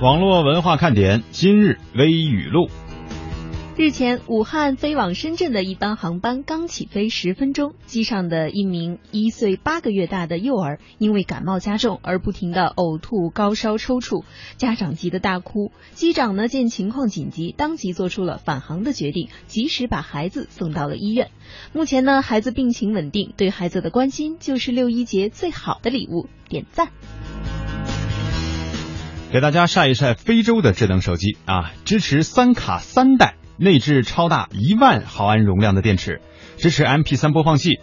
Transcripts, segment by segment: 网络文化看点今日微语录。日前，武汉飞往深圳的一班航班刚起飞十分钟，机上的一名一岁八个月大的幼儿因为感冒加重而不停的呕吐、高烧、抽搐，家长急得大哭。机长呢见情况紧急，当即做出了返航的决定，及时把孩子送到了医院。目前呢，孩子病情稳定，对孩子的关心就是六一节最好的礼物，点赞。给大家晒一晒非洲的智能手机啊，支持三卡三代，内置超大一万毫安容量的电池，支持 MP3 播放器、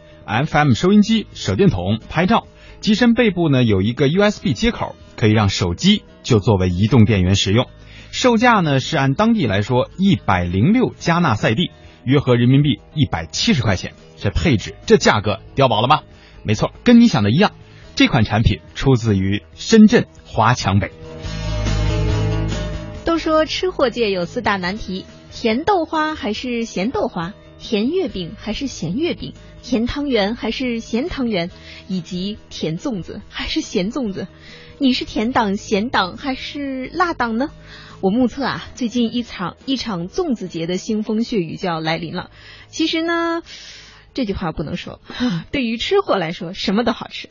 FM 收音机、手电筒、拍照。机身背部呢有一个 USB 接口，可以让手机就作为移动电源使用。售价呢是按当地来说一百零六加纳塞蒂，约合人民币一百七十块钱。这配置，这价格碉堡了吧？没错，跟你想的一样。这款产品出自于深圳华强北。都说吃货界有四大难题：甜豆花还是咸豆花，甜月饼还是咸月饼，甜汤圆还是咸汤圆，以及甜粽子还是咸粽子。你是甜党、咸党还是辣党呢？我目测啊，最近一场一场粽子节的腥风血雨就要来临了。其实呢，这句话不能说。 对于吃货来说，什么都好吃。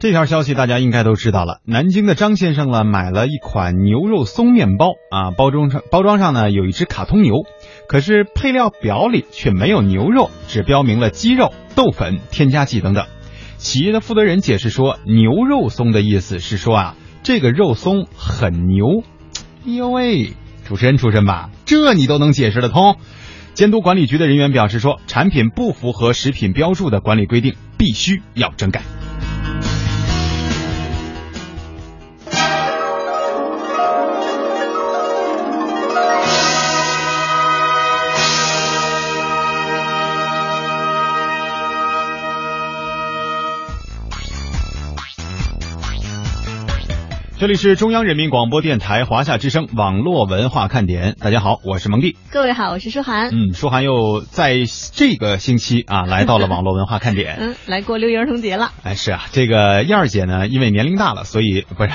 这条消息大家应该都知道了。南京的张先生呢，买了一款牛肉松面包啊，包装上包装上呢有一只卡通牛，可是配料表里却没有牛肉，只标明了鸡肉、豆粉、添加剂等等。企业的负责人解释说，牛肉松的意思是说啊，这个肉松很牛。哎呦喂，主持人出身吧，这你都能解释得通？监督管理局的人员表示说，产品不符合食品标注的管理规定，必须要整改。这里是中央人民广播电台华夏之声网络文化看点，大家好，我是蒙蒂。各位好，我是舒涵。嗯，舒涵又在这个星期啊来到了网络文化看点。嗯，来过六一儿童节了，哎，是啊，这个燕儿姐呢，因为年龄大了，所以不是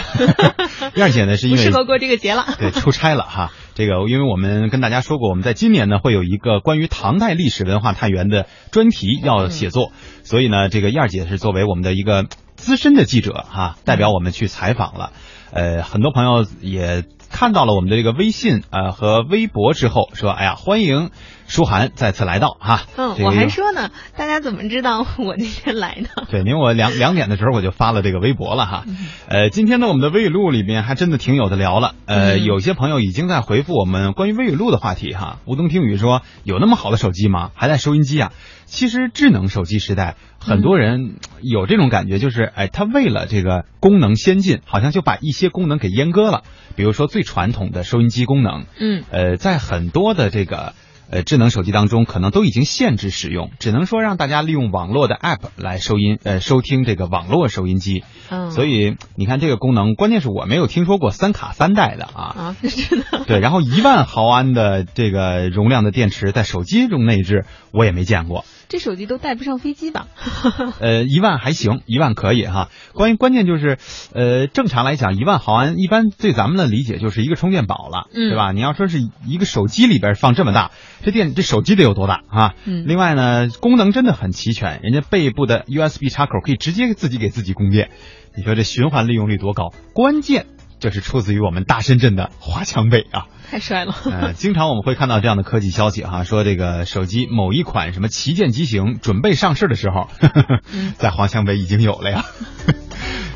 燕儿姐呢，是因不为适合过这个节了。 对，出差了哈。这个，因为我们跟大家说过，我们在今年呢会有一个关于唐代历史文化探源的专题要嗯写作，所以呢，这个燕儿姐是作为我们的一个资深的记者哈、代嗯表我们去采访了。呃，很多朋友也看到了我们的这个微信呃和微博之后说，哎呀，欢迎舒涵再次来到哈。嗯，这个我还说呢，大家怎么知道我那天来呢？对，因为我两两点的时候我就发了这个微博了哈，嗯呃，今天呢我们的微语录里面还真的挺有的聊了，呃，嗯有些朋友已经在回复我们关于微语录的话题哈。吴东听雨说有那么好的手机吗？还带收音机啊？其实智能手机时代，很多嗯人有这种感觉，就是哎，它为了这个功能先进，好像就把一些功能给阉割了，比如说最传统的收音机功能，嗯，呃，在很多的这个呃智能手机当中，可能都已经限制使用，只能说让大家利用网络的 app 来收音呃收听这个网络收音机。嗯所以你看这个功能，关键是我没有听说过三卡三代的啊。啊， 真的，对，然后一万毫安的这个容量的电池在手机中内置，我也没见过。这手机都带不上飞机吧？ 呃，一万还行，一万可以哈。关于关键就是，呃，正常来讲，一万毫安一般对咱们的理解就是一个充电宝了，嗯对吧？你要说是一个手机里边放这么大，这电这手机得有多大啊？嗯另外呢，功能真的很齐全，人家背部的 USB 插口可以直接自己给自己供电，你说这循环利用率多高？关键就是出自于我们大深圳的华强北啊。太 帅了。呃，经常我们会看到这样的科技消息哈，说这个手机某一款什么旗舰机型准备上市的时候，呵呵嗯 在华强北已经有了呀。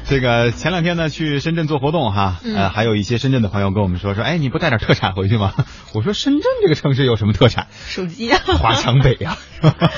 这个前两天呢，去深圳做活动哈，呃，嗯还有一些深圳的朋友跟我们说说，哎，你不带点特产回去吗？ 我说深圳这个城市有什么特产？手机啊， 华强北呀、是吧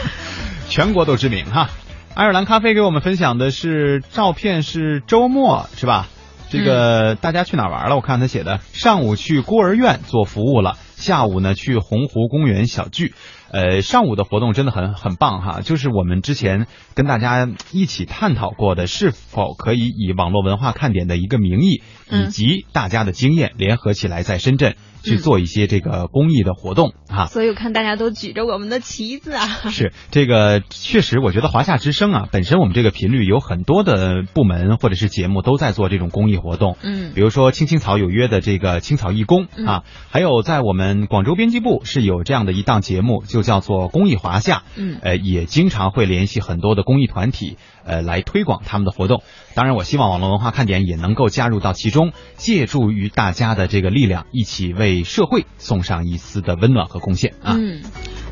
全国都知名哈。爱尔兰咖啡给我们分享的是照片，是周末是吧？这个大家去哪儿玩了？我看他写的，上午去孤儿院做服务了，下午呢去洪湖公园小聚。呃，上午的活动真的很很棒哈，就是我们之前跟大家一起探讨过的，是否可以以网络文化看点的一个名义，以及大家的经验联合起来，在深圳去做一些这个公益的活动啊。所以我看大家都举着我们的旗子啊， 是这个，确实，我觉得华夏之声啊，本身我们这个频率有很多的部门或者是节目都在做这种公益活动，嗯比如说青青草有约的这个青草义工嗯啊，还有在我们广州编辑部是有这样的一档节目，就叫做公益华夏，嗯呃，也经常会联系很多的公益团体，呃，来推广他们的活动。当然，我希望网络文化看点也能够加入到其中，借助于大家的这个力量，一起为社会送上一丝的温暖和贡献啊。嗯，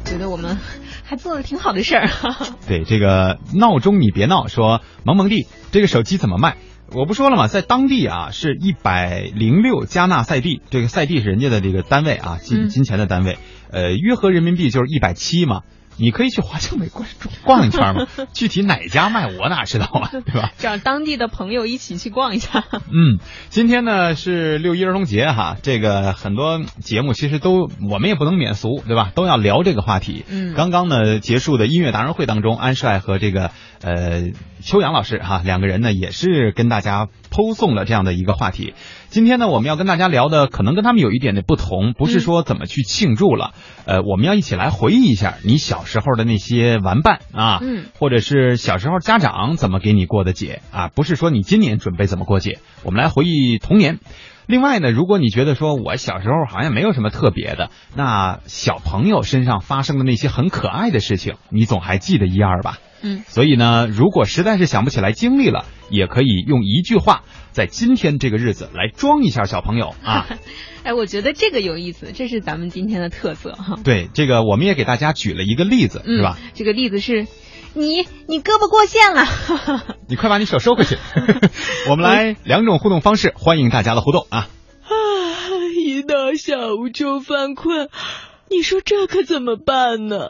觉得我们还做了挺好的事儿。啊 对，这个闹钟你别闹，说萌萌弟，这个手机怎么卖？我不说了嘛，在当地啊是一百零六加纳赛币，这个赛币是人家的这个单位啊，金嗯金钱的单位，呃，约合人民币就是一百七嘛。你可以去华强北逛逛一圈嘛，具体哪家卖我哪知道啊，对吧？找当地的朋友一起去逛一下。嗯，今天呢是六一儿童节哈，这个很多节目其实都我们也不能免俗，对吧？都要聊这个话题。嗯刚刚呢结束的音乐达人会当中，安帅和这个呃秋阳老师哈两个人呢也是跟大家剖送了这样的一个话题。今天呢我们要跟大家聊的可能跟他们有一点点不同，不是说怎么去庆祝了，呃，我们要一起来回忆一下你小时候的那些玩伴啊，嗯，或者是小时候家长怎么给你过的节啊，不是说你今年准备怎么过节，我们来回忆童年。另外呢，如果你觉得说我小时候好像没有什么特别的，那小朋友身上发生的那些很可爱的事情，你总还记得一二吧？嗯所以呢，如果实在是想不起来经历了，也可以用一句话，在今天这个日子来装一下小朋友啊。哎，我觉得这个有意思，这是咱们今天的特色哈。对，这个我们也给大家举了一个例子，嗯，是吧？？这个例子是，你你胳膊过线了。你快把你手收回去。我们来两种互动方式，欢迎大家的互动啊。啊，一到下午就犯困，你说这可怎么办呢？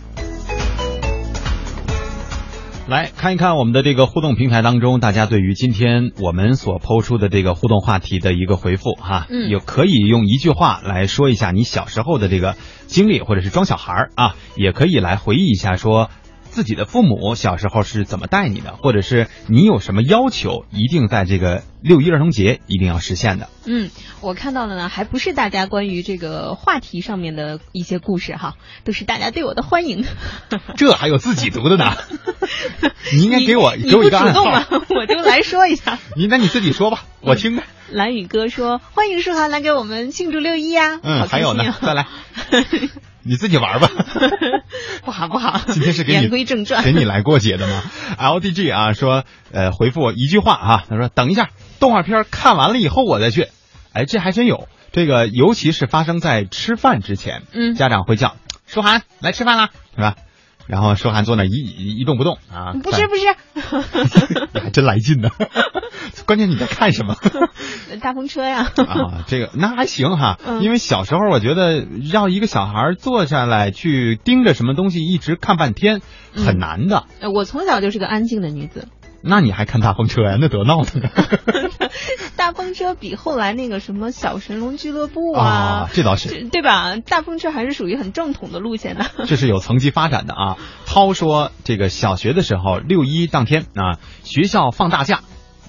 来看一看我们的这个互动平台当中，大家对于今天我们所抛出的这个互动话题的一个回复哈，嗯有可以用一句话来说一下你小时候的这个经历，或者是装小孩儿啊，也可以来回忆一下说。自己的父母小时候是怎么带你的，或者是你有什么要求，一定在这个六一儿童节一定要实现的。嗯，我看到的呢，还不是大家关于这个话题上面的一些故事哈，都是大家对我的欢迎。这还有自己读的呢， 你应该给我你给我一个你不暗主号动了，，我就来说一下。你那你自己说吧，我听着。蓝宇哥说：“欢迎舒涵来给我们庆祝六一啊！”嗯，好还开有心呢 啊，！再来，你自己玩吧。不好不好， 今天是给你言归正传，给你来过节的吗？LDG 啊说，呃，回复我一句话啊，他说等一下，动画片看完了以后我再去。哎，这还真有这个，尤其是发生在吃饭之前，嗯家长会叫舒涵来吃饭啦，是吧？然后舒涵坐那儿一一一动不动啊， 不是不是， 你还真来劲呢。关键你在看什么？大风车 呀、 啊，这个那还行哈，嗯因为小时候我觉得让一个小孩儿坐下来去盯着什么东西一直看半天很嗯难的，呃我从小就是个安静的 女子。那你还看大风车呀？那多闹腾啊！大风车比后来那个什么小神龙俱乐部啊啊，，这倒是，这对吧？大风车还是属于很正统的路线的。 这是有层级发展的啊。涛说，这个小学的时候，六一当天啊，学校放大假，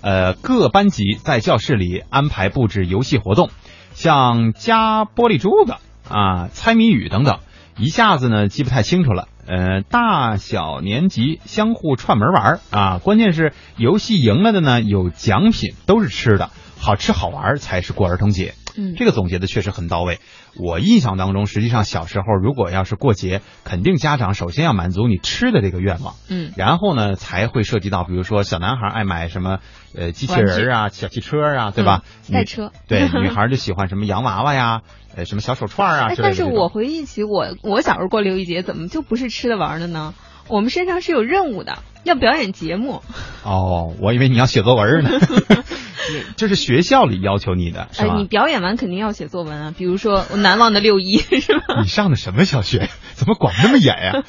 呃，各班级在教室里安排布置游戏活动，像加玻璃珠子啊、猜谜语等等，一下子呢记不太清楚了。呃，大小年级相互串门玩儿啊，关键是游戏赢了的呢有奖品，都是吃的，好吃好玩儿才是过儿童节。 嗯这个总结的确实很到位。我印象当中，实际上小时候如果要是过节，肯定家长首先要满足你吃的这个愿望，嗯然后呢才会涉及到，比如说小男孩爱买什么呃机器人儿啊、小汽车啊，对吧？嗯赛女车 对，女孩就喜欢什么洋娃娃呀，呃什么小手串儿啊哎之类但的这是种。我回忆起我我小时候过六一节，怎么就不是吃的玩儿的呢？我们身上是有任务的，要表演节目。哦，我以为你要写作文 儿呢，这是学校里要求你的是哎，吧？你表演完肯定要写作文啊，比如说我难忘的六一是吧？ 你上的什么小学？ 怎么管那么严呀、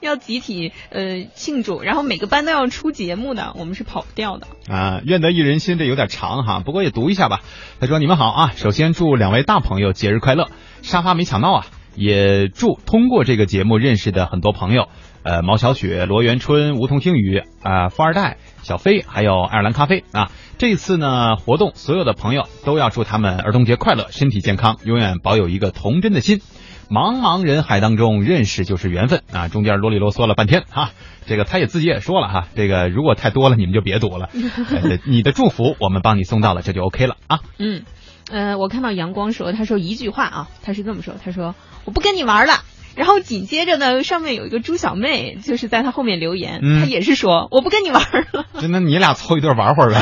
要集体呃庆祝，然后每个班都要出节目的，我们是跑不掉的。啊，愿得一人心，这有点长哈，不过也读一下吧。他说：“你们好啊，首先祝两位大朋友节日快乐，沙发没抢到啊，也祝通过这个节目认识的很多朋友，呃，毛小雪、罗元春、梧桐听雨啊、富二代、小飞，还有爱尔兰咖啡啊。这次呢活动，所有的朋友都要祝他们儿童节快乐，身体健康，永远保有一个童真的心。”茫茫人海当中，认识就是缘分啊！中间啰里啰嗦了半天哈、这个他也自己也说了哈、这个如果太多了，你们就别读了。呃、你的祝福我们帮你送到了，这就 OK 了啊！嗯，呃，我看到阳光说，他说一句话啊，他是这么说，他说我不跟你玩了。然后紧接着呢，上面有一个朱小妹，就是在他后面留言，嗯她也是说我不跟你玩了，真的，你俩凑一对儿玩会儿呗，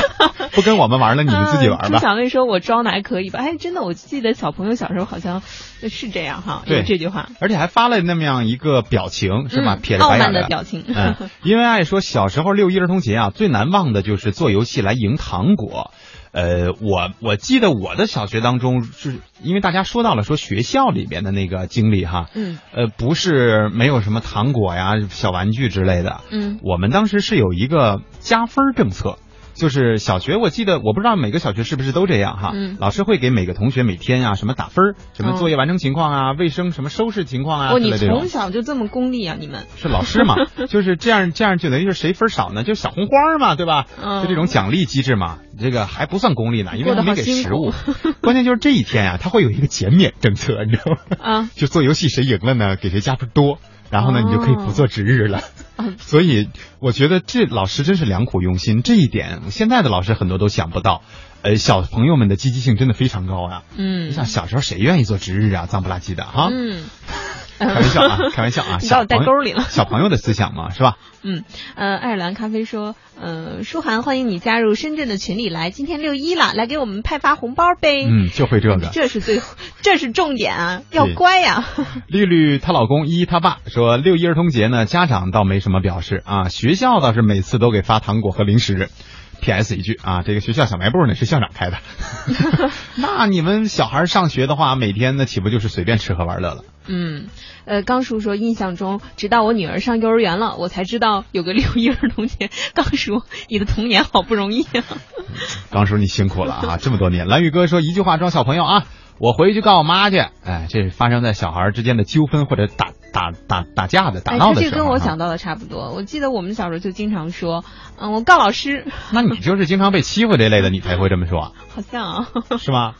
不跟我们玩 了，你们自己玩嗯朱吧。小妹说我装的还可以吧？哎，真的，我记得小朋友小时候好像是这样哈，对有这句话而且还发了那么样一个表情，是吧？嗯撇着傲白眼慢儿的表情，嗯，因为爱说小时候六一儿童节啊，最难忘的就是做游戏来赢糖果。呃，我我记得我的小学当中是，因为大家说到了说学校里边的那个经历哈， 嗯呃，不是没有什么糖果呀、小玩具之类的，嗯我们当时是有一个加分政策，就是小学，我记得我不知道每个小学是不是都这样哈，嗯老师会给每个同学每天啊什么打分儿，什么哦作业完成情况啊、卫生什么收拾情况啊哦，之你类这种从。小就这么功利啊，你们，是老师嘛， 就是这样，这样就等于是谁分少呢，就小红花嘛，对吧？嗯就这种奖励机制嘛，这个还不算功利呢，因为过得他没好给辛食苦 物。关键就是这一天啊，他会有一个减免政策，你知道吗？啊，就做游戏谁赢了呢，给谁加分多，然后呢，哦你就可以不做值日了。 所以我觉得这老师真是良苦用心，这一点现在的老师很多都想不到。呃，小朋友们的积极性真的非常高啊！嗯你想小时候谁愿意做值日啊，脏不拉几的哈？嗯。 开玩笑 啊，开玩笑啊！你把小我带朋友沟里了小朋友的思想嘛，是吧？嗯，呃，爱尔兰咖啡说，呃，舒涵，欢迎你加入深圳的群里来，今天六一了，来给我们派发红包呗。嗯，就会这个。这是最，这是重点啊，要对乖呀、 绿绿她老公依依她爸说，六一儿童节呢，家长倒没什么表示啊，学校倒是每次都给发糖果和零食。P.S. 一句啊，这个学校小卖部呢是校长 开的，那你们小孩上学的话，每天呢岂不就是随便吃喝玩乐了？嗯，呃，刚叔说，印象中，直到我女儿上幼儿园了，我才知道有个六一儿童节。刚叔，你的童年好不容易 啊。刚叔你辛苦了 啊，这么多年。蓝宇哥说一句话装小朋友啊，我回去告我妈去。哎，这是发生在小孩之间的纠纷或者打打打打架的打哎，闹的这时候、啊这跟我想到的差不多。我记得我们小时候就经常说，嗯，我告老师，那你就是经常被欺负这类的，你才会这么说，好像啊， 是吗？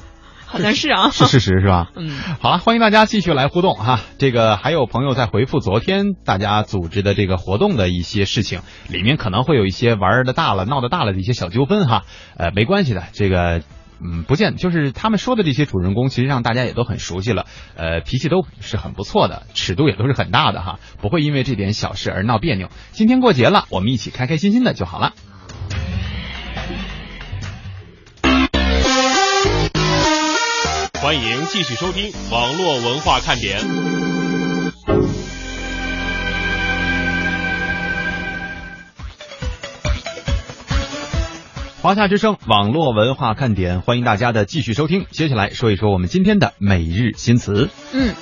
好像是啊。是事实是吧？ 嗯，好了，欢迎大家继续来互动哈。这个还有朋友在回复昨天大家组织的这个活动的一些事情，里面可能会有一些玩的大了、闹的大了的一些小纠纷哈。 呃，没关系的，这个。嗯，不见，就是他们说的这些主人公，其实让大家也都很熟悉了，呃，脾气都是很不错的，尺度也都是很大的哈，不会因为这点小事而闹别扭。今天过节了，我们一起开开心心的就好了。欢迎继续收听网络文化看点。华夏之声网络文化看点，欢迎大家的继续收听。接下来说一说我们今天的每日新词。嗯，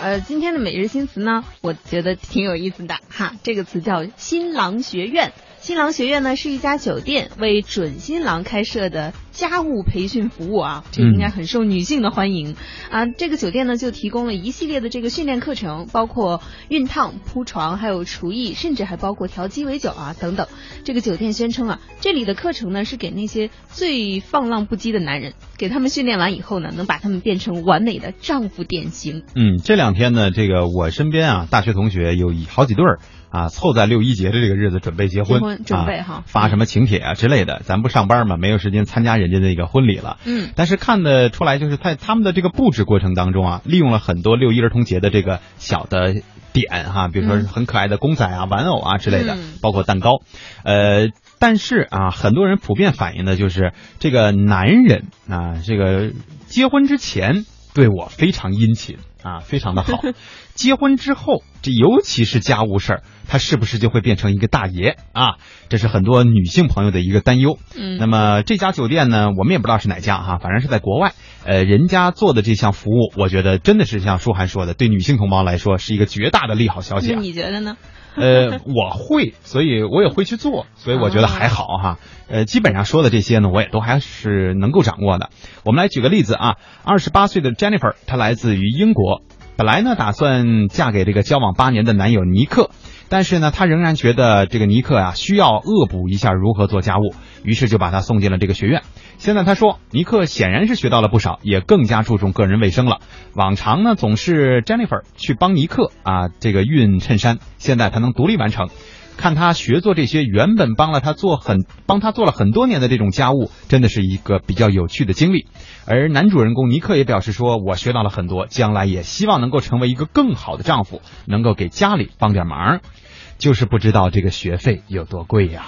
呃，今天的每日新词呢，我觉得挺有意思的哈。这个词叫新郎学院。新郎学院呢是一家酒店为准新郎开设的家务培训服务啊，这应该很受女性的欢迎、啊。这个酒店呢就提供了一系列的这个训练课程，包括熨烫、铺床，还有厨艺，甚至还包括调鸡尾酒啊等等。这个酒店宣称啊，这里的课程呢是给那些最放浪不羁的男人，给他们训练完以后呢，能把他们变成完美的丈夫典型。嗯，这两天呢，这个我身边啊，大学同学有一好几对儿啊，凑在六一节的这个日子准备结婚，结婚准备啊哈发什么请帖啊之类的。咱不上班嘛，没有时间参加人家的一个婚礼了。嗯，但是看得出来，就是在他们的这个布置过程当中啊，利用了很多六一儿童节的这个小的点哈、比如说嗯很可爱的公仔啊、玩偶啊之类的嗯，包括蛋糕，呃。但是啊，很多人普遍反映的就是这个男人啊，这个结婚之前对我非常殷勤啊，非常 的好。结婚之后，这尤其是家务事儿，他是不是就会变成一个大爷啊？这是很多女性朋友的一个担忧。嗯那么这家酒店呢，我们也不知道是哪家哈、反正是在国外。呃，人家做的这项服务，我觉得真的是像舒涵说的，对女性同胞来说是一个绝大的利好消息那啊。你觉得呢？呃，我会，所以我也会去做，所以我觉得还好哈。呃，基本上说的这些呢，我也都还是能够掌握的。我们来举个例子啊，二十八岁的 Jennifer，她来自于英国，本来呢打算嫁给这个交往八年的男友尼克，但是呢，她仍然觉得这个尼克啊需要恶补一下如何做家务，于是就把他送进了这个学院。现在她说，尼克显然是学到了不少，也更加注重个人卫生了。往常呢总是 Jennifer 去帮尼克啊这个熨衬衫，现在她能独立完成。看他学做这些原本帮了他做很帮他做了很多年的这种家务，真的是一个比较有趣的经历。而男主人公尼克也表示说：“我学到了很多，将来也希望能够成为一个更好的丈夫，能够给家里帮点忙。”就是不知道这个学费有多贵 呀、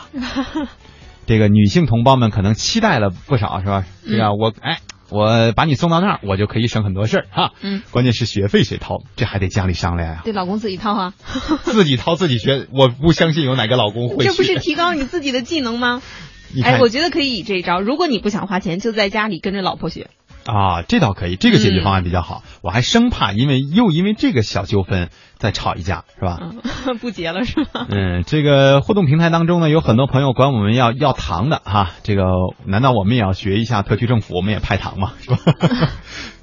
这个女性同胞们可能期待了不少，是吧？嗯是啊，我哎，我把你送到那儿，我就可以省很多事儿哈。嗯，关键是学费谁掏，这还得家里商量呀、对老公自己掏 啊，自己掏自己学，我不相信有哪个老公会去。这不是提高你自己的技 能吗？你看哎，我觉得可以以这一招。如果你不想花钱，就在家里跟着老婆 学。啊，这倒可以，这个解决方案比较好。我还生怕因为又因为这个小纠纷再吵一架，是吧？嗯，不结了是吧？嗯，这个互动平台当中呢，有很多朋友管我们要要糖的哈、这个难道我们也要学一下特区政府，我们也派糖吗？是吧？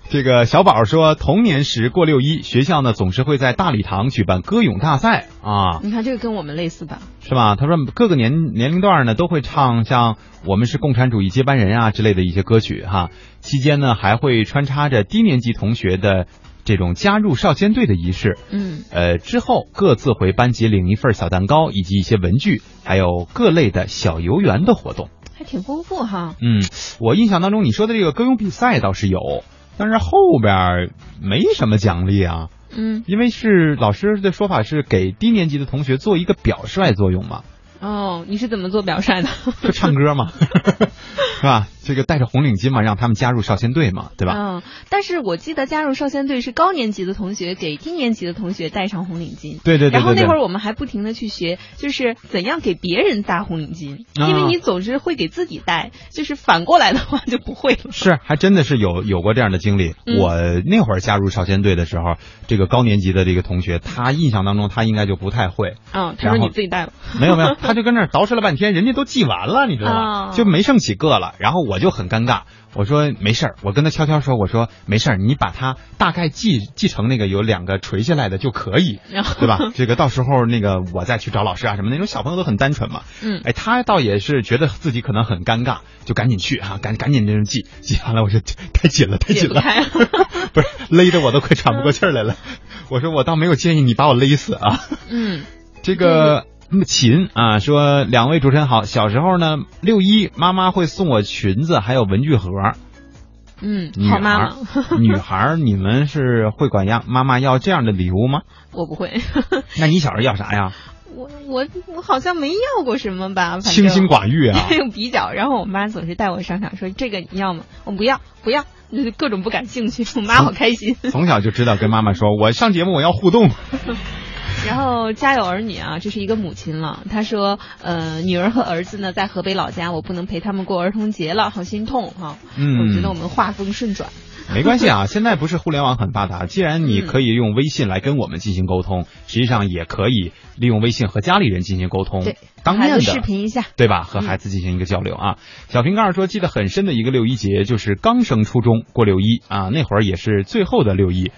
这个小宝说，童年时过六一，学校呢总是会在大礼堂举办歌咏大赛啊，你看这个跟我们类似吧？是吧？他说各个年年龄段呢都会唱像我们是共产主义接班人啊之类的一些歌曲哈、期间呢还会穿插着低年级同学的这种加入少先队的仪式，嗯，呃，之后各自回班级领一份小蛋糕，以及一些文具，还有各类的小游园的活动。还挺丰富哈。嗯，我印象当中你说的这个歌咏比赛倒是有，但是后边儿没什么奖励啊，嗯，因为是老师的说法是给低年级的同学做一个表率作用嘛，哦，你是怎么做表率的？就唱歌 嘛，是吧？这个戴着红领巾嘛，让他们加入少先队嘛，对吧？ 嗯，但是我记得加入少先队是高年级的同学给低年级的同学戴上红领巾。对对对然后对那对会。儿我们还不停的去学，就是怎样给别人戴红领巾，啊因为你总是会给自己戴，就是反过来的话就不会了。是，还真的是有有过这样的经历。嗯我那会儿加入少先队的时候，这个高年级的这个同学，他印象当中他应该就不太会，嗯，他说然后哎你自己戴吧。 没有没有，他就跟那儿捯饬了半天，人家都记完了，你知道吗？哦就没剩几个了。然后我就很尴尬，我说没事儿，我跟他悄悄说，我说没事儿，你把它大概记记成那个有两个垂下来的就可 以，然后对吧？这个到时候那个我再去找老师啊什么的，那种小朋友都很单 纯嘛。嗯哎，他倒也是觉得自己可能很尴尬，就赶紧去哈、赶赶紧那种记记完了，我说太紧了，太解紧不了，开 不是勒得我都快喘不过气儿来了。我说我倒没有建议你把我勒死啊。嗯这个嗯琴啊，说两位主持人好，小时候呢，六一妈妈会送我裙子，还有文具盒。嗯女，好孩妈 儿 妈，，女孩儿，你们是会管要妈妈要这样的礼物吗？我不会， 那你小时候要啥呀？我我我好像没要过什么吧，反正清心寡欲 啊！ 用比较，然后我妈总是带我商场，说这个你要吗？我不要，不要， 就是各种不感兴趣。 我妈好开心。从小就知道跟妈妈说，我上节 目我要互动。然后家有儿女啊，这是一个母亲了。她说，呃，女儿和儿子呢在河北老家，我不能陪他们过儿童节了，好心痛哈、嗯我觉得我们画风顺转。没关系啊，现在不是互联网很发达，既然你可以用微信来跟我们进行沟通，实际上也可以利用微信和家里人进行沟通对，当面孩的子视频一下。 对吧？嗯和孩子进行一个交流啊。小瓶盖说，记得很深的一个六一节，就是刚升初中过六一啊，那会儿也是最后的六一。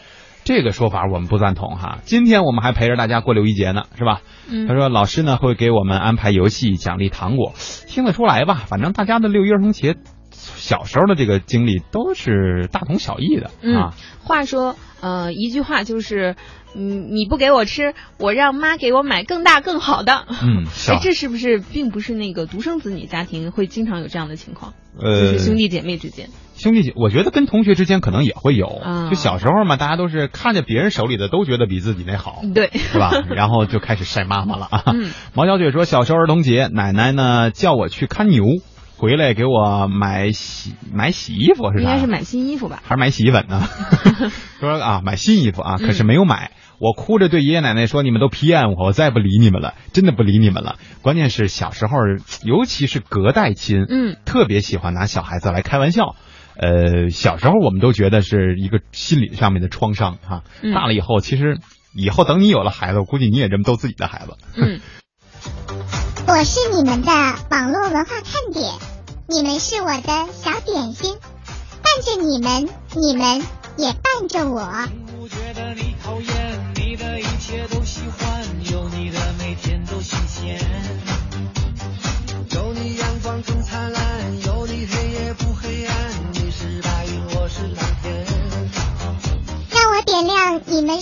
这个说法我们不赞同哈。今天我们还陪着大家过六一节呢，是吧？嗯他说老师呢会给我们安排游戏，奖励糖果，听得出来吧？反正大家的六一儿童节小时候的这个经历都是大同小异的、嗯啊。话说，呃，一句话就是，嗯，你不给我吃，我让妈给我买更大更好的。嗯，小哎，这是不是并不是那个独生子女家庭会经常有这样的情况？就呃是兄弟姐妹之间，兄弟姐，我觉得跟同学之间可能也会有，啊就小时候嘛，大家都是看着别人手里的都觉得比自己那好，对，是 吧？然后就开始晒妈妈了哦啊。嗯毛小雪说，小时候儿童节，奶奶呢叫我去看牛，回来给我买洗买洗衣服是应啥呀？该是买新衣服 吧？还是买洗衣 粉呢？说啊，买新衣服啊，嗯可是没有买。我哭着对爷爷奶奶说：“你们都偏我，我再不理你们了，真的不理你们了。”关键是小时候，尤其是隔代亲，嗯，特别喜欢拿小孩子来开玩笑。呃，小时候我们都觉得是一个心理上面的创伤哈、嗯大了以后，其实以后等你有了孩子，我估计你也这么逗自己的孩子。嗯，我是你们的网络文化看点，你们是我的小点心，伴着你们，你们也伴着我。不觉得你讨厌，你的一切都喜欢，有你的每天都新鲜。有你阳光更灿烂，有你黑夜不黑暗，你是白云，我是蓝天。让我点亮你们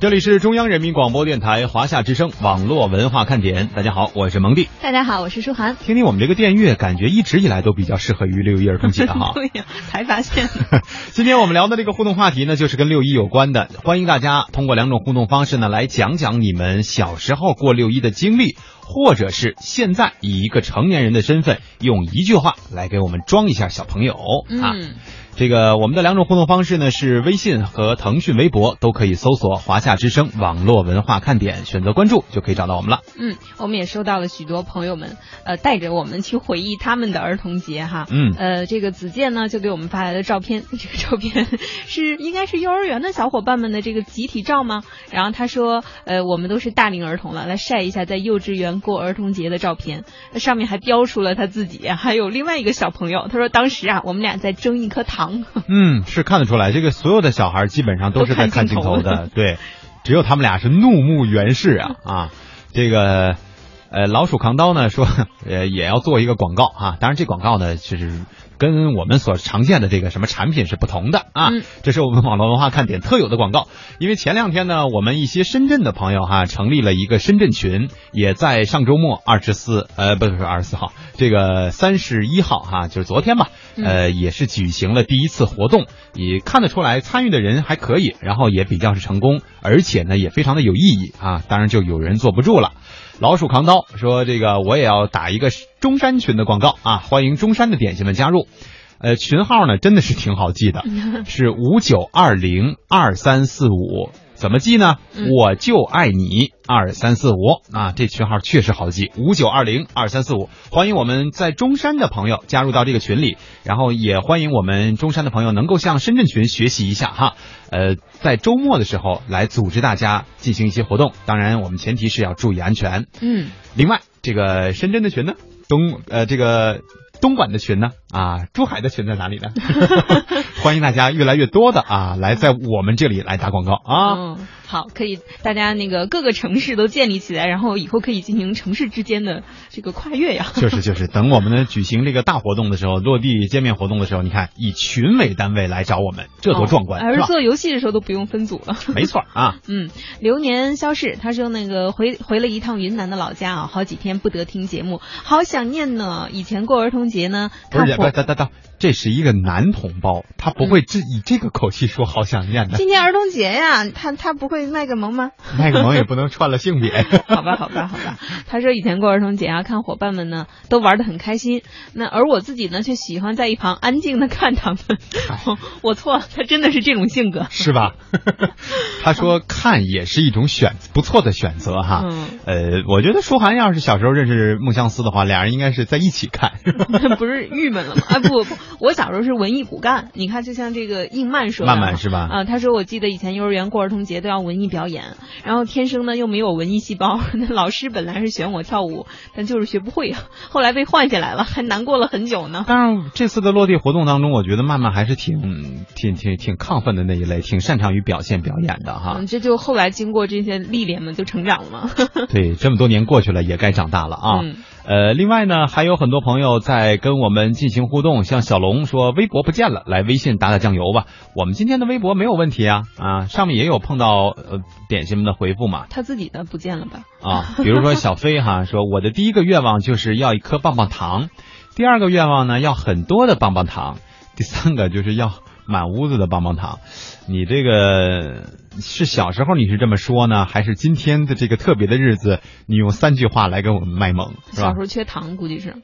这里是中央人民广播电台华夏之声网络文化看点，大家好，我是蒙蒂。大家好，我是舒涵。听听我们这个电乐，感觉一直以来都比较适合于六一儿童节哈。 对呀，才发现。今天我们聊的这个互动话题呢，就是跟六一有关的，欢迎大家通过两种互动方式呢，来讲讲你们小时候过六一的经历，或者是现在以一个成年人的身份，用一句话来给我们装一下小朋友啊。嗯，这个我们的两种互动方式呢是微信和腾讯微博，都可以搜索“华夏之声网络文化看点”，选择关注就可以找到我们了。嗯，我们也收到了许多朋友们，呃，带着我们去回忆他们的儿童节哈。嗯呃，这个子健呢就给我们发来的照片， 这个照片是应该是幼儿园的小伙伴们的这个集体照吗？然后他说，呃，我们都是大龄儿童了，来晒一下在幼稚园过儿童节的照片。那上面还标出了他自己，啊还有另外一个小朋友。他说当时啊，我们俩在争一颗糖。 嗯，是看得出来，这个所有的小孩基本上都是在看镜头都看的，对，只有他们俩是怒目圆视啊啊！这个呃，老鼠扛刀呢说，呃，也要做一个广告啊，当然这广告呢就是跟我们所常见的这个什么产品是不同的啊，嗯这是我们网络文化看点特有的广告。因为前两天呢，我们一些深圳的朋友哈、成立了一个深圳群，也在上周末二十四呃不是不是二十四号，这个三十一号哈、就是昨天吧，呃也是举行了第一次活动，也看得出来参与的人还可以，然后也比较是成功，而且呢也非常的有意义啊，当然就有人坐不住了。老鼠扛刀说：“这个我也要打一个中山群的广告啊，欢迎中山的点心们加入。呃，群号呢真的是挺好记的，是五九二零二三四五。怎么记呢？嗯我就爱你二三四五啊！这群号确实好记，五九二零二三四五。欢迎我们在中山的朋友加入到这个群里，然后也欢迎我们中山的朋友能够向深圳群学习一下哈。呃，在周末的时候来组织大家进行一些活动，当然我们前提是要注意安全。 嗯，另外，这个深圳的群呢，东呃这个东莞的群呢，啊，珠海的群在哪 里呢？欢迎大家越来越多的啊，来在我们这里来打广告啊。嗯，好，可以，大家那个各个城市都建立起来，然后以后可以进行城市之间的这个跨越呀。就是就是，等我们呢举行这个大活动的时候，落地见面活动的时候，你看以群为单位来找我们， 这多壮观，哦而是是吧？做游戏的时候都不用分组了。没错 啊，嗯，流年消逝，他说那个回回了一趟云南的老家啊，好几天不得听节目，好想念呢。以前过儿童节呢，不是看也不火是， 等等等，这是一个男同胞，他不会这以这个口气说好想念的，今天儿童节呀、他他不会卖个萌吗？ 那个萌也不能串了性别。好吧，好吧，好吧。他说以前过儿童节啊，看伙伴们呢都玩得很开心，那而我自己呢却喜欢在一旁安静的 看他们。我我错了，他真的是这种性格。是 吧？他说看也是一种选不错的选择哈。嗯 呃，我觉得舒涵要是小时候认识孟相思的话，俩人应该是在一起看。 不是郁闷了吗？啊，不不，我小时候是文艺骨干。你看，就像这个应曼说的慢嘛，慢是吧？啊，他说我记得以前幼儿园过儿童节都要文艺表演，然后天生呢又没有文艺细胞， 那老师本来是选我跳舞，但就是学不会啊，后来被换下来了，还难过了很久呢。但是这次的落地活动当中，我觉得曼曼还是挺挺挺挺亢奋的那一类，挺擅长于表现表演的哈嗯，。这就后来经过这些历练嘛，就成长了嘛。 对，这么多年过去了，也该长大了啊。嗯呃，另外呢，还有很多朋友在跟我们进行互动，像小龙说微博不见了，来微信打打酱油吧。我们今天的微博没有问题啊啊，上面也有碰到呃点心们的回复嘛他自己的不见了吧？啊，比如说小飞 哈说，我的第一个愿望就是要一颗棒棒糖，第二个愿望呢要很多的棒棒糖，第三个就是要满屋子的棒棒糖。你这个是小时候你是这么说呢，还是今天的这个特别的日子，你用三句话来给我们卖萌是小吧时？候缺糖，估计是。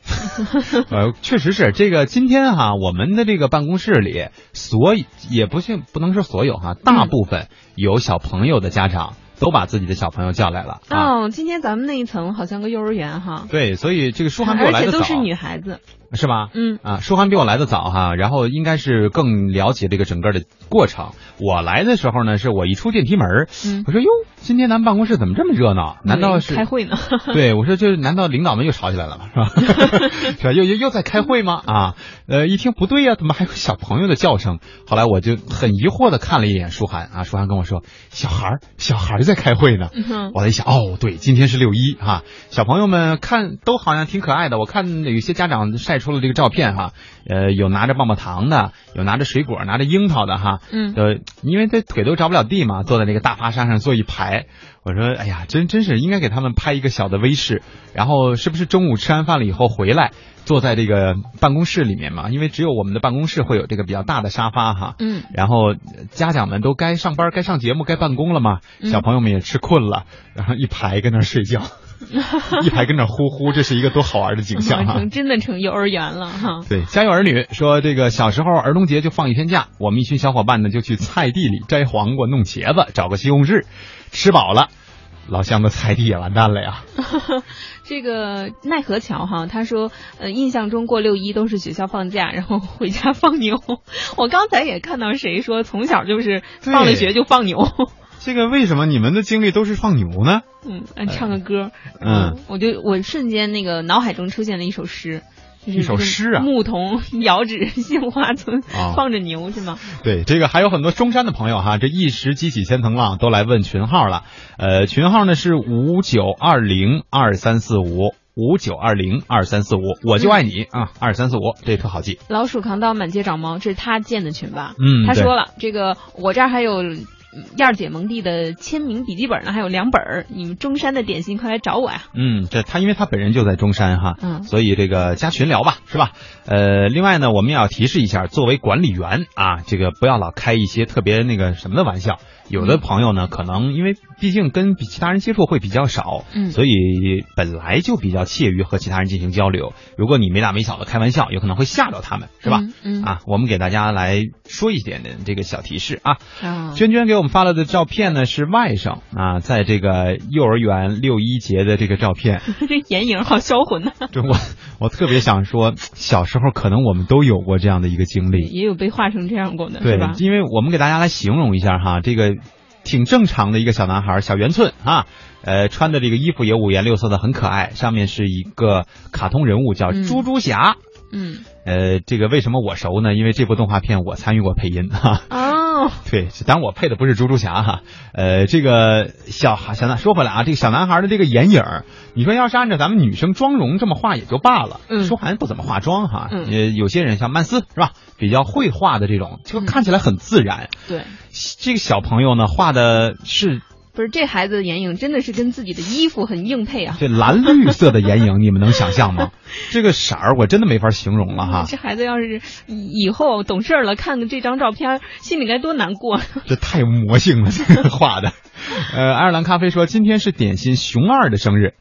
呃，确实是这个。今天哈、我们的这个办公室里，所以也不是不能说所有哈、大部分有小朋友的家长都把自己的小朋友叫来了啊。哦，今天咱们那一层好像个幼儿园哈，对，所以这个舒涵比我而来且的早，啊都是女孩子。是吧？嗯，啊，舒涵比我来的早哈，然后应该是更了解这个整个的过程。我来的时候呢，是我一出电梯门儿，嗯我说哟，今天咱们办公室怎么这么热闹？难道是开会呢？ 对，我说这难道领导们又吵起来了吗？是 吧？是吧？又又又在开会吗？啊，呃，一听不对呀、怎么还有小朋友的叫声？后来我就很疑惑的看了一眼舒涵啊，舒涵跟我说，小孩儿小孩儿在开会呢。 嗯哼我在想，哦，对，今天是六一哈、小朋友们看都好像挺可爱的。我看有些家长晒出了这个照片哈、呃，有拿着棒棒糖的，有拿着水果，拿着樱桃的哈、嗯呃，因为这腿都着不了地嘛，坐在那个大发沙上坐一排。我说，哎呀，真真是应该给他们拍一个小的威势，然后是不是中午吃完饭了以后回来，坐在这个办公室里面嘛？因为只有我们的办公室会有这个比较大的沙发哈。嗯，然后呃家长们都该上班、该上节目、该办公了嘛，小朋友们也吃困了，然后一排跟那儿睡觉，一排跟那儿呼呼，这是一个多好玩的景 象啊成！真的成幼儿园了哈。 对，家有儿女说这个小时候儿童节就放一天假，我们一群小伙伴呢就去菜地里摘黄瓜、弄茄子，找个西红柿，吃饱了，老乡的菜地也完蛋了呀。这个奈何桥哈，他说，呃，印象中过六一都是学校放假，然后回家放牛。我刚才也看到谁说，从小就是对放了学就 放牛。这个为什么你们的经历都是放牛呢？嗯，呃唱个歌。嗯，我就我瞬间那个脑海中出现了一首诗。就是一首诗啊牧童 遥指杏花村啊，放着牛是吗？对，这个还有很多中山的朋友哈，这一时激起千层浪，都来问群号了。呃，群号呢是五九二零二三四五。五九二零二三四五，我就爱你啊！二三四五，这特好记。老鼠扛刀满街找猫，这是他建的群吧？嗯他对说了，这个我这儿还有嗯燕儿姐蒙蒂的签名笔记本呢，还有两本儿，你们中山的点心快来找我呀！嗯，这他因为他本人就在中山哈，嗯所以这个加群聊吧，是吧？呃，另外呢，我们也要提示一下，作为管理员啊，这个不要老开一些特别那个什么的玩笑。有的朋友呢，可能因为毕竟跟比其他人接触会比较少，嗯所以本来就比较怯于和其他人进行交流。如果你没大没小的开玩笑，有可能会吓到他们，是吧？嗯嗯啊，我们给大家来说一点点这个小提示啊。啊娟娟给我们发了的照片呢是外甥啊，在这个幼儿园六一节的这个照 片， 这眼影好销魂呐、对我我特别想说，小时候可能我们都有过这样的一个经历，也有被画成这样过的，对是吧？因为我们给大家来形容一下哈，这个挺正常的一个小男孩，小圆寸啊，呃，穿的这个衣服也五颜六色的，很可爱，上面是一个卡通人物叫嗯猪猪侠。嗯，呃，这个为什么我熟呢？因为这部动画片我参与过配音哈、哦，对，当然我配的不是猪猪侠哈，呃，这个小孩小男说回来啊，这个小男孩的这个眼影儿，你说要是按照咱们女生妆容这么画也就罢了，嗯舒涵不怎么化妆哈，嗯也有些人像曼斯是吧，比较会画的这种，嗯就看起来很自然。对，这个小朋友呢，画的是不是这孩子的眼影真的是跟自己的衣服很硬配啊。这蓝绿色的眼影，你们能想象 吗？这个色儿我真的没法形容了哈。嗯这孩子要是以以后懂事儿了，看看这张照片儿，心里该多难过。这太魔性了， 这个画的。呃，爱尔兰咖啡说今天是点心熊二的生日，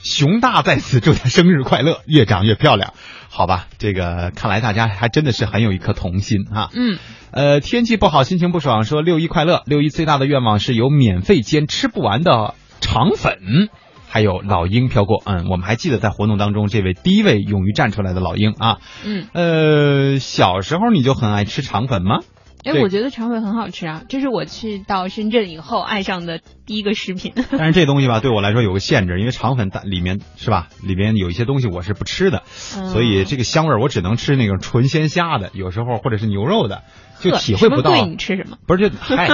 熊大在此祝他生日快乐，越长越漂亮。好吧，这个看来大家还真的是很有一颗童心啊。嗯，呃，天气不好，心情不爽，说六一快乐。六一最大的愿望是有免费兼吃不完的肠粉。还有老鹰飘过。嗯，我们还记得在活动当中，这位第一位勇于站出来的老鹰啊。嗯，呃，小时候你就很爱吃肠粉吗？哎这，我觉得肠粉很好吃啊，这是我去到深圳以后爱上的第一个食品。但是这东西吧，对我来说有个限制，因为肠粉它里面是吧，里面有一些东西我是不吃的，嗯所以这个香味儿我只能吃那种纯鲜虾的，有时候或者是牛肉的，就呵体会不到。什么贵你吃什么？不是就嗨，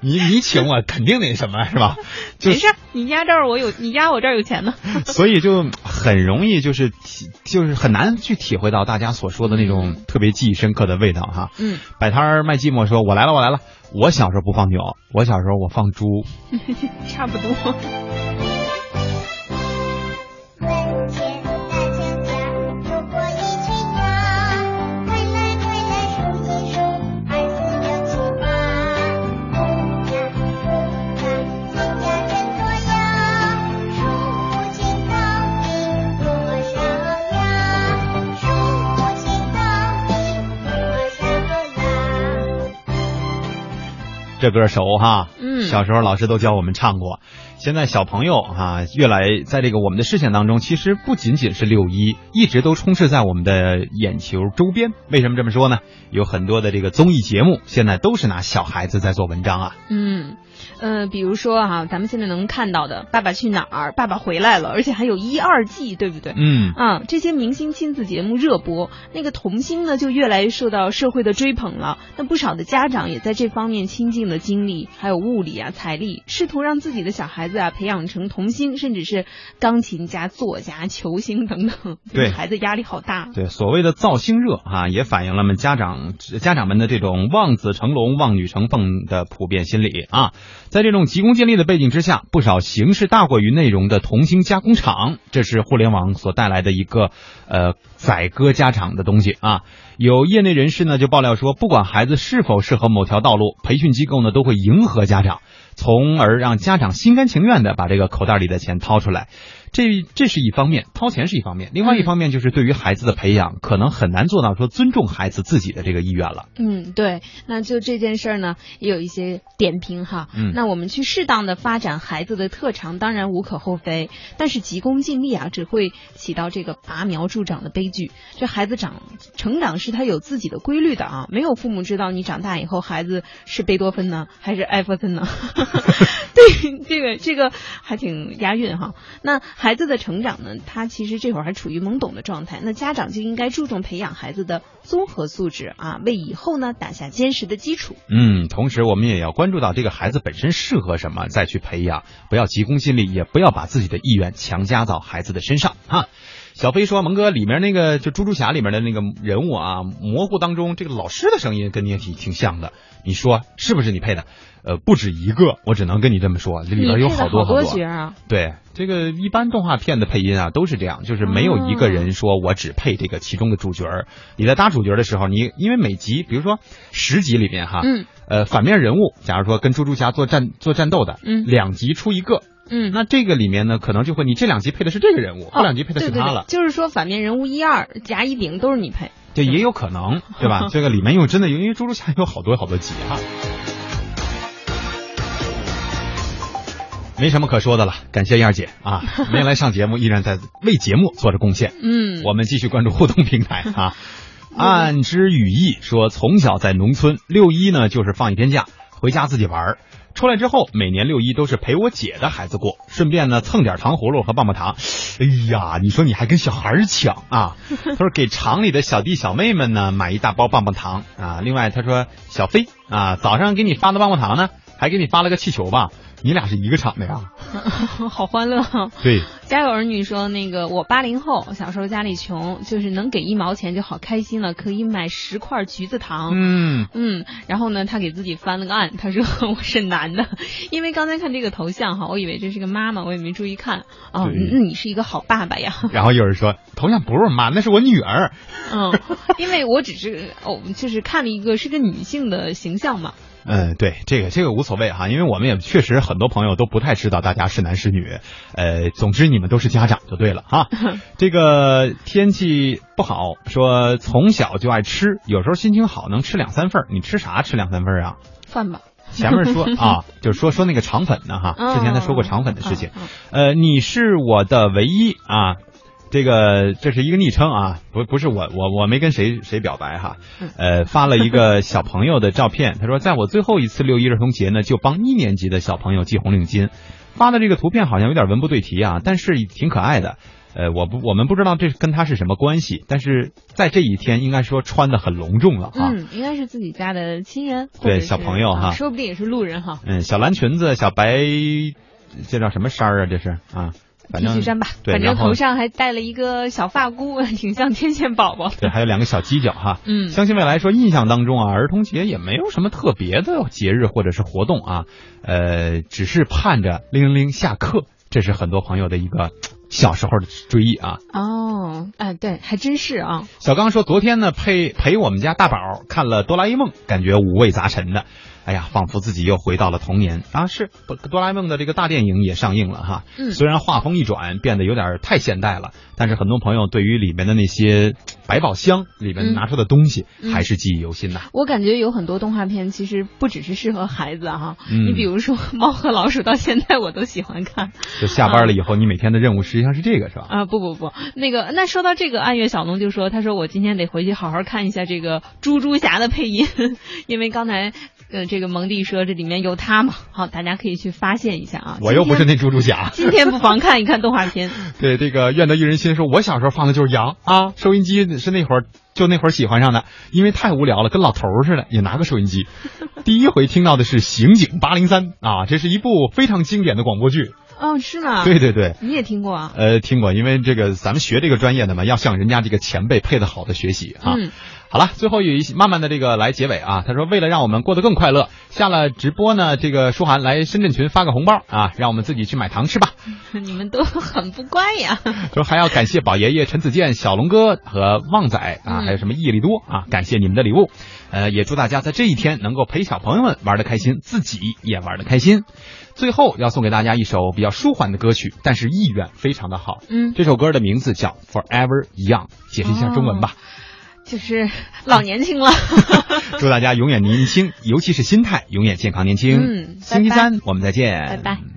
你你请我肯定那什么是吧？ 就没事儿，你家这儿我有，你家我这儿有钱呢。所以就很容易就是体就是很难去体会到大家所说的那种特别记忆深刻的味道哈。嗯，摆摊儿卖寂寞说：“我来了，我来了。”我小时候不放牛，我小时候我放猪。差不多。 门前大桥下，有过一群鸭，快来快来数一数，二四六七八。数呀数呀，数呀真多呀，数不清到底多少呀，数不清到底多少啦。这歌熟哈，嗯小时候老师都教我们唱过。现在小朋友哈、越来在这个我们的视线当中，其实不仅仅是六一，一直都充斥在我们的眼球周边。为什么这么说呢？有很多的这个综艺节目，现在都是拿小孩子在做文章啊。嗯，呃，比如说哈、咱们现在能看到的《爸爸去哪儿》《爸爸回来了》，而且还有一二季，对不对？嗯，啊，这些明星亲子节目热播，那个童星呢就越来越受到社会的追捧了。那不少的家长也在这方面倾尽了精力，还有物力啊、财力，试图让自己的小孩子啊培养成童星，甚至是钢琴家、作家、球星等等。对这个孩子压力好大。对，所谓的造星热啊，也反映了我们家长家长们的这种望子成龙、望女成凤的普遍心理啊。在这种急功近利的背景之下，不少形式大过于内容的童星加工厂，这是互联网所带来的一个呃宰割家长的东西啊。有业内人士呢就爆料说，不管孩子是否适合某条道路，培训机构呢都会迎合家长，从而让家长心甘情愿的把这个口袋里的钱掏出来。这这是一方面，掏钱是一方面，另外一方面就是对于孩子的培养，可能很难做到说尊重孩子自己的这个意愿了。嗯，对，那就这件事儿呢，也有一些点评哈。嗯那我们去适当的发展孩子的特长，当然无可厚非，但是急功近利啊，只会起到这个拔苗助长的悲剧。这孩子长成长是他有自己的规律的啊，没有父母知道你长大以后孩子是贝多芬呢，还是艾弗森呢？ 对，这个这个还挺押韵哈。那孩子的成长呢，他其实这会儿还处于懵懂的状态，那家长就应该注重培养孩子的综合素质啊，为以后呢打下坚实的基础。嗯，同时我们也要关注到这个孩子本身适合什么，再去培养，不要急功近利，也不要把自己的意愿强加到孩子的身上哈。小飞说：“蒙哥，里面那个就猪猪侠里面的那个人物啊，模糊当中这个老师的声音跟你也挺挺像的，你说是不是你配的？呃，不止一个，我只能跟你这么说，里嗯边有你配的多好多多角儿啊，对，这个一般动画片的配音啊都是这样，就是没有一个人说我只配这个其中的主角儿。你在搭主角的时候，你因为每集，比如说十集里面哈，嗯，呃，反面人物，假如说跟猪猪侠做战做战斗的，嗯两集出一个，嗯。那这个里面呢，可能就会你这两集配的是这个人物，后两集配的哦对是对他对了，，就是说反面人物一二甲乙丙都是你配，这也有可能，对吧？这个里面又真的有，因为猪猪侠有好多好啊多集哈。没什么可说的了，感谢燕儿姐啊，没来上节目，依然在为节目做着贡献。嗯，我们继续关注互动平台啊。暗之语意说，从小在农村，六一呢就是放一天假，回家自己玩儿。出来之后，每年六一都是陪我姐的孩子过，顺便呢蹭点糖葫芦和棒棒糖。哎呀，你说你还跟小孩儿抢啊？他说给厂里的小弟小妹们呢买一大包棒棒糖啊。另外他说小飞啊，早上给你发的棒棒糖呢，还给你发了个气球吧。你俩是一个厂的呀？ 好欢乐啊、对，家有儿女说，那个我八零后，小时候家里穷，就是能给一毛钱就好开心了，可以买十块橘子糖。嗯，嗯，然后呢，他给自己翻了个案，他说 我是男的，因为刚才看这个头像哈，我以为这是个妈妈，我也没注意看。哦，对那你是一个好爸爸呀。 然后有人说头像不是我妈，那是我女儿。嗯，因为我只是哦，就是看了一个是个女性的形 象嘛。嗯，对，这个这个无所谓哈，因为我们也确实很多朋友都不太知道大家是男是女，呃，总之你们都是家长就对了 哈。这个天气不好，说从小就爱吃，有时候心情好能吃两三份儿你吃啥吃两三份儿啊？饭吧，前面 说啊，就是说说那个肠粉呢哈，之前他说过肠粉的事情。嗯嗯呃，你是我的唯一啊，这个这是一个昵称啊，不不是我我我没跟谁谁表白哈，嗯呃，发了一个小朋友的照片，他说在我最后一次六一儿童节呢，就帮一年级的小朋友系红领巾，发的这个图片好像有点文不对题啊，但是挺可爱的。呃，我不，我们不知道这跟他是什么关系，但是在这一天应该说穿的很隆重了啊。嗯，应该是自己家的亲人，或对者是小朋友哈啊说不定也是路人哈。嗯，小蓝裙子，小白，这叫什么衫儿啊？这是啊，反继正续粘吧，对，反正然后头上还戴了一个小发箍，挺像天线宝宝。对，还有两个小犄角哈。嗯，相信未来说，印象当中啊，儿童节也没有什么特别的节日或者是活动啊，呃，只是盼着铃铃铃下课，这是很多朋友的一个小时候的追忆啊。哦，哎，对，还真是啊。小刚说，昨天呢陪陪我们家大宝看了《哆啦 A 梦》，感觉五味杂陈的，哎呀，仿佛自己又回到了童年啊！是，不哆啦 A 梦的这个大电影也上映了哈。嗯虽然画风一转，变得有点太现代了，但是很多朋友对于里面的那些百宝箱里面嗯拿出的东西嗯还是记忆犹新呐。我感觉有很多动画片其实不只是适合孩子哈、嗯你比如说《猫和老鼠》，到现在我都喜欢看就下班了以后，你每天的任务实际上是这个是吧？啊！不不不，那个那说到这个，暗月小龙就说，他说我今天得回去好好看一下这个猪猪侠的配音， 因为刚才呃这个蒙蒂说这里面有他嘛，好，大家可以去发现一下啊。我又不是今天那猪猪侠。今天不妨看一看动画片。对，这个愿得一人心说，我小时候放的就是羊啊，收音机是那会儿就那会儿喜欢上的，因为太无聊了，跟老头儿似的，也拿个收音 机。第一回听到的是《刑警八零三》啊，这是一部非常经典的广播剧。哦，是吗？对，对对。你也听过啊？呃，听过，因为这个咱们学这个专业的嘛，要向人家这个前辈配的好的学习啊。嗯 好了，最后有一些慢慢的这个来结尾啊。他说，为了让我们过得更快乐，下了直播呢，这个舒涵来深圳群发个红包啊，让我们自己去买糖吃吧。你们都很不乖呀。 说还要感谢宝爷爷、陈子健、小龙哥和旺仔啊，嗯还有什么叶利多啊，感谢你们的礼物。呃，也祝大家在这一天能够陪小朋友们玩的开心，自己也玩的开心。最后要送给大家一首比较舒缓的歌曲，但是意愿非常的好。嗯，这首歌的名字叫《Forever Young》，解释一下中文吧。就是老年轻了。 哦祝大家永远年轻，尤其是心态永远健康年轻。嗯星期拜拜三我们再见，拜拜。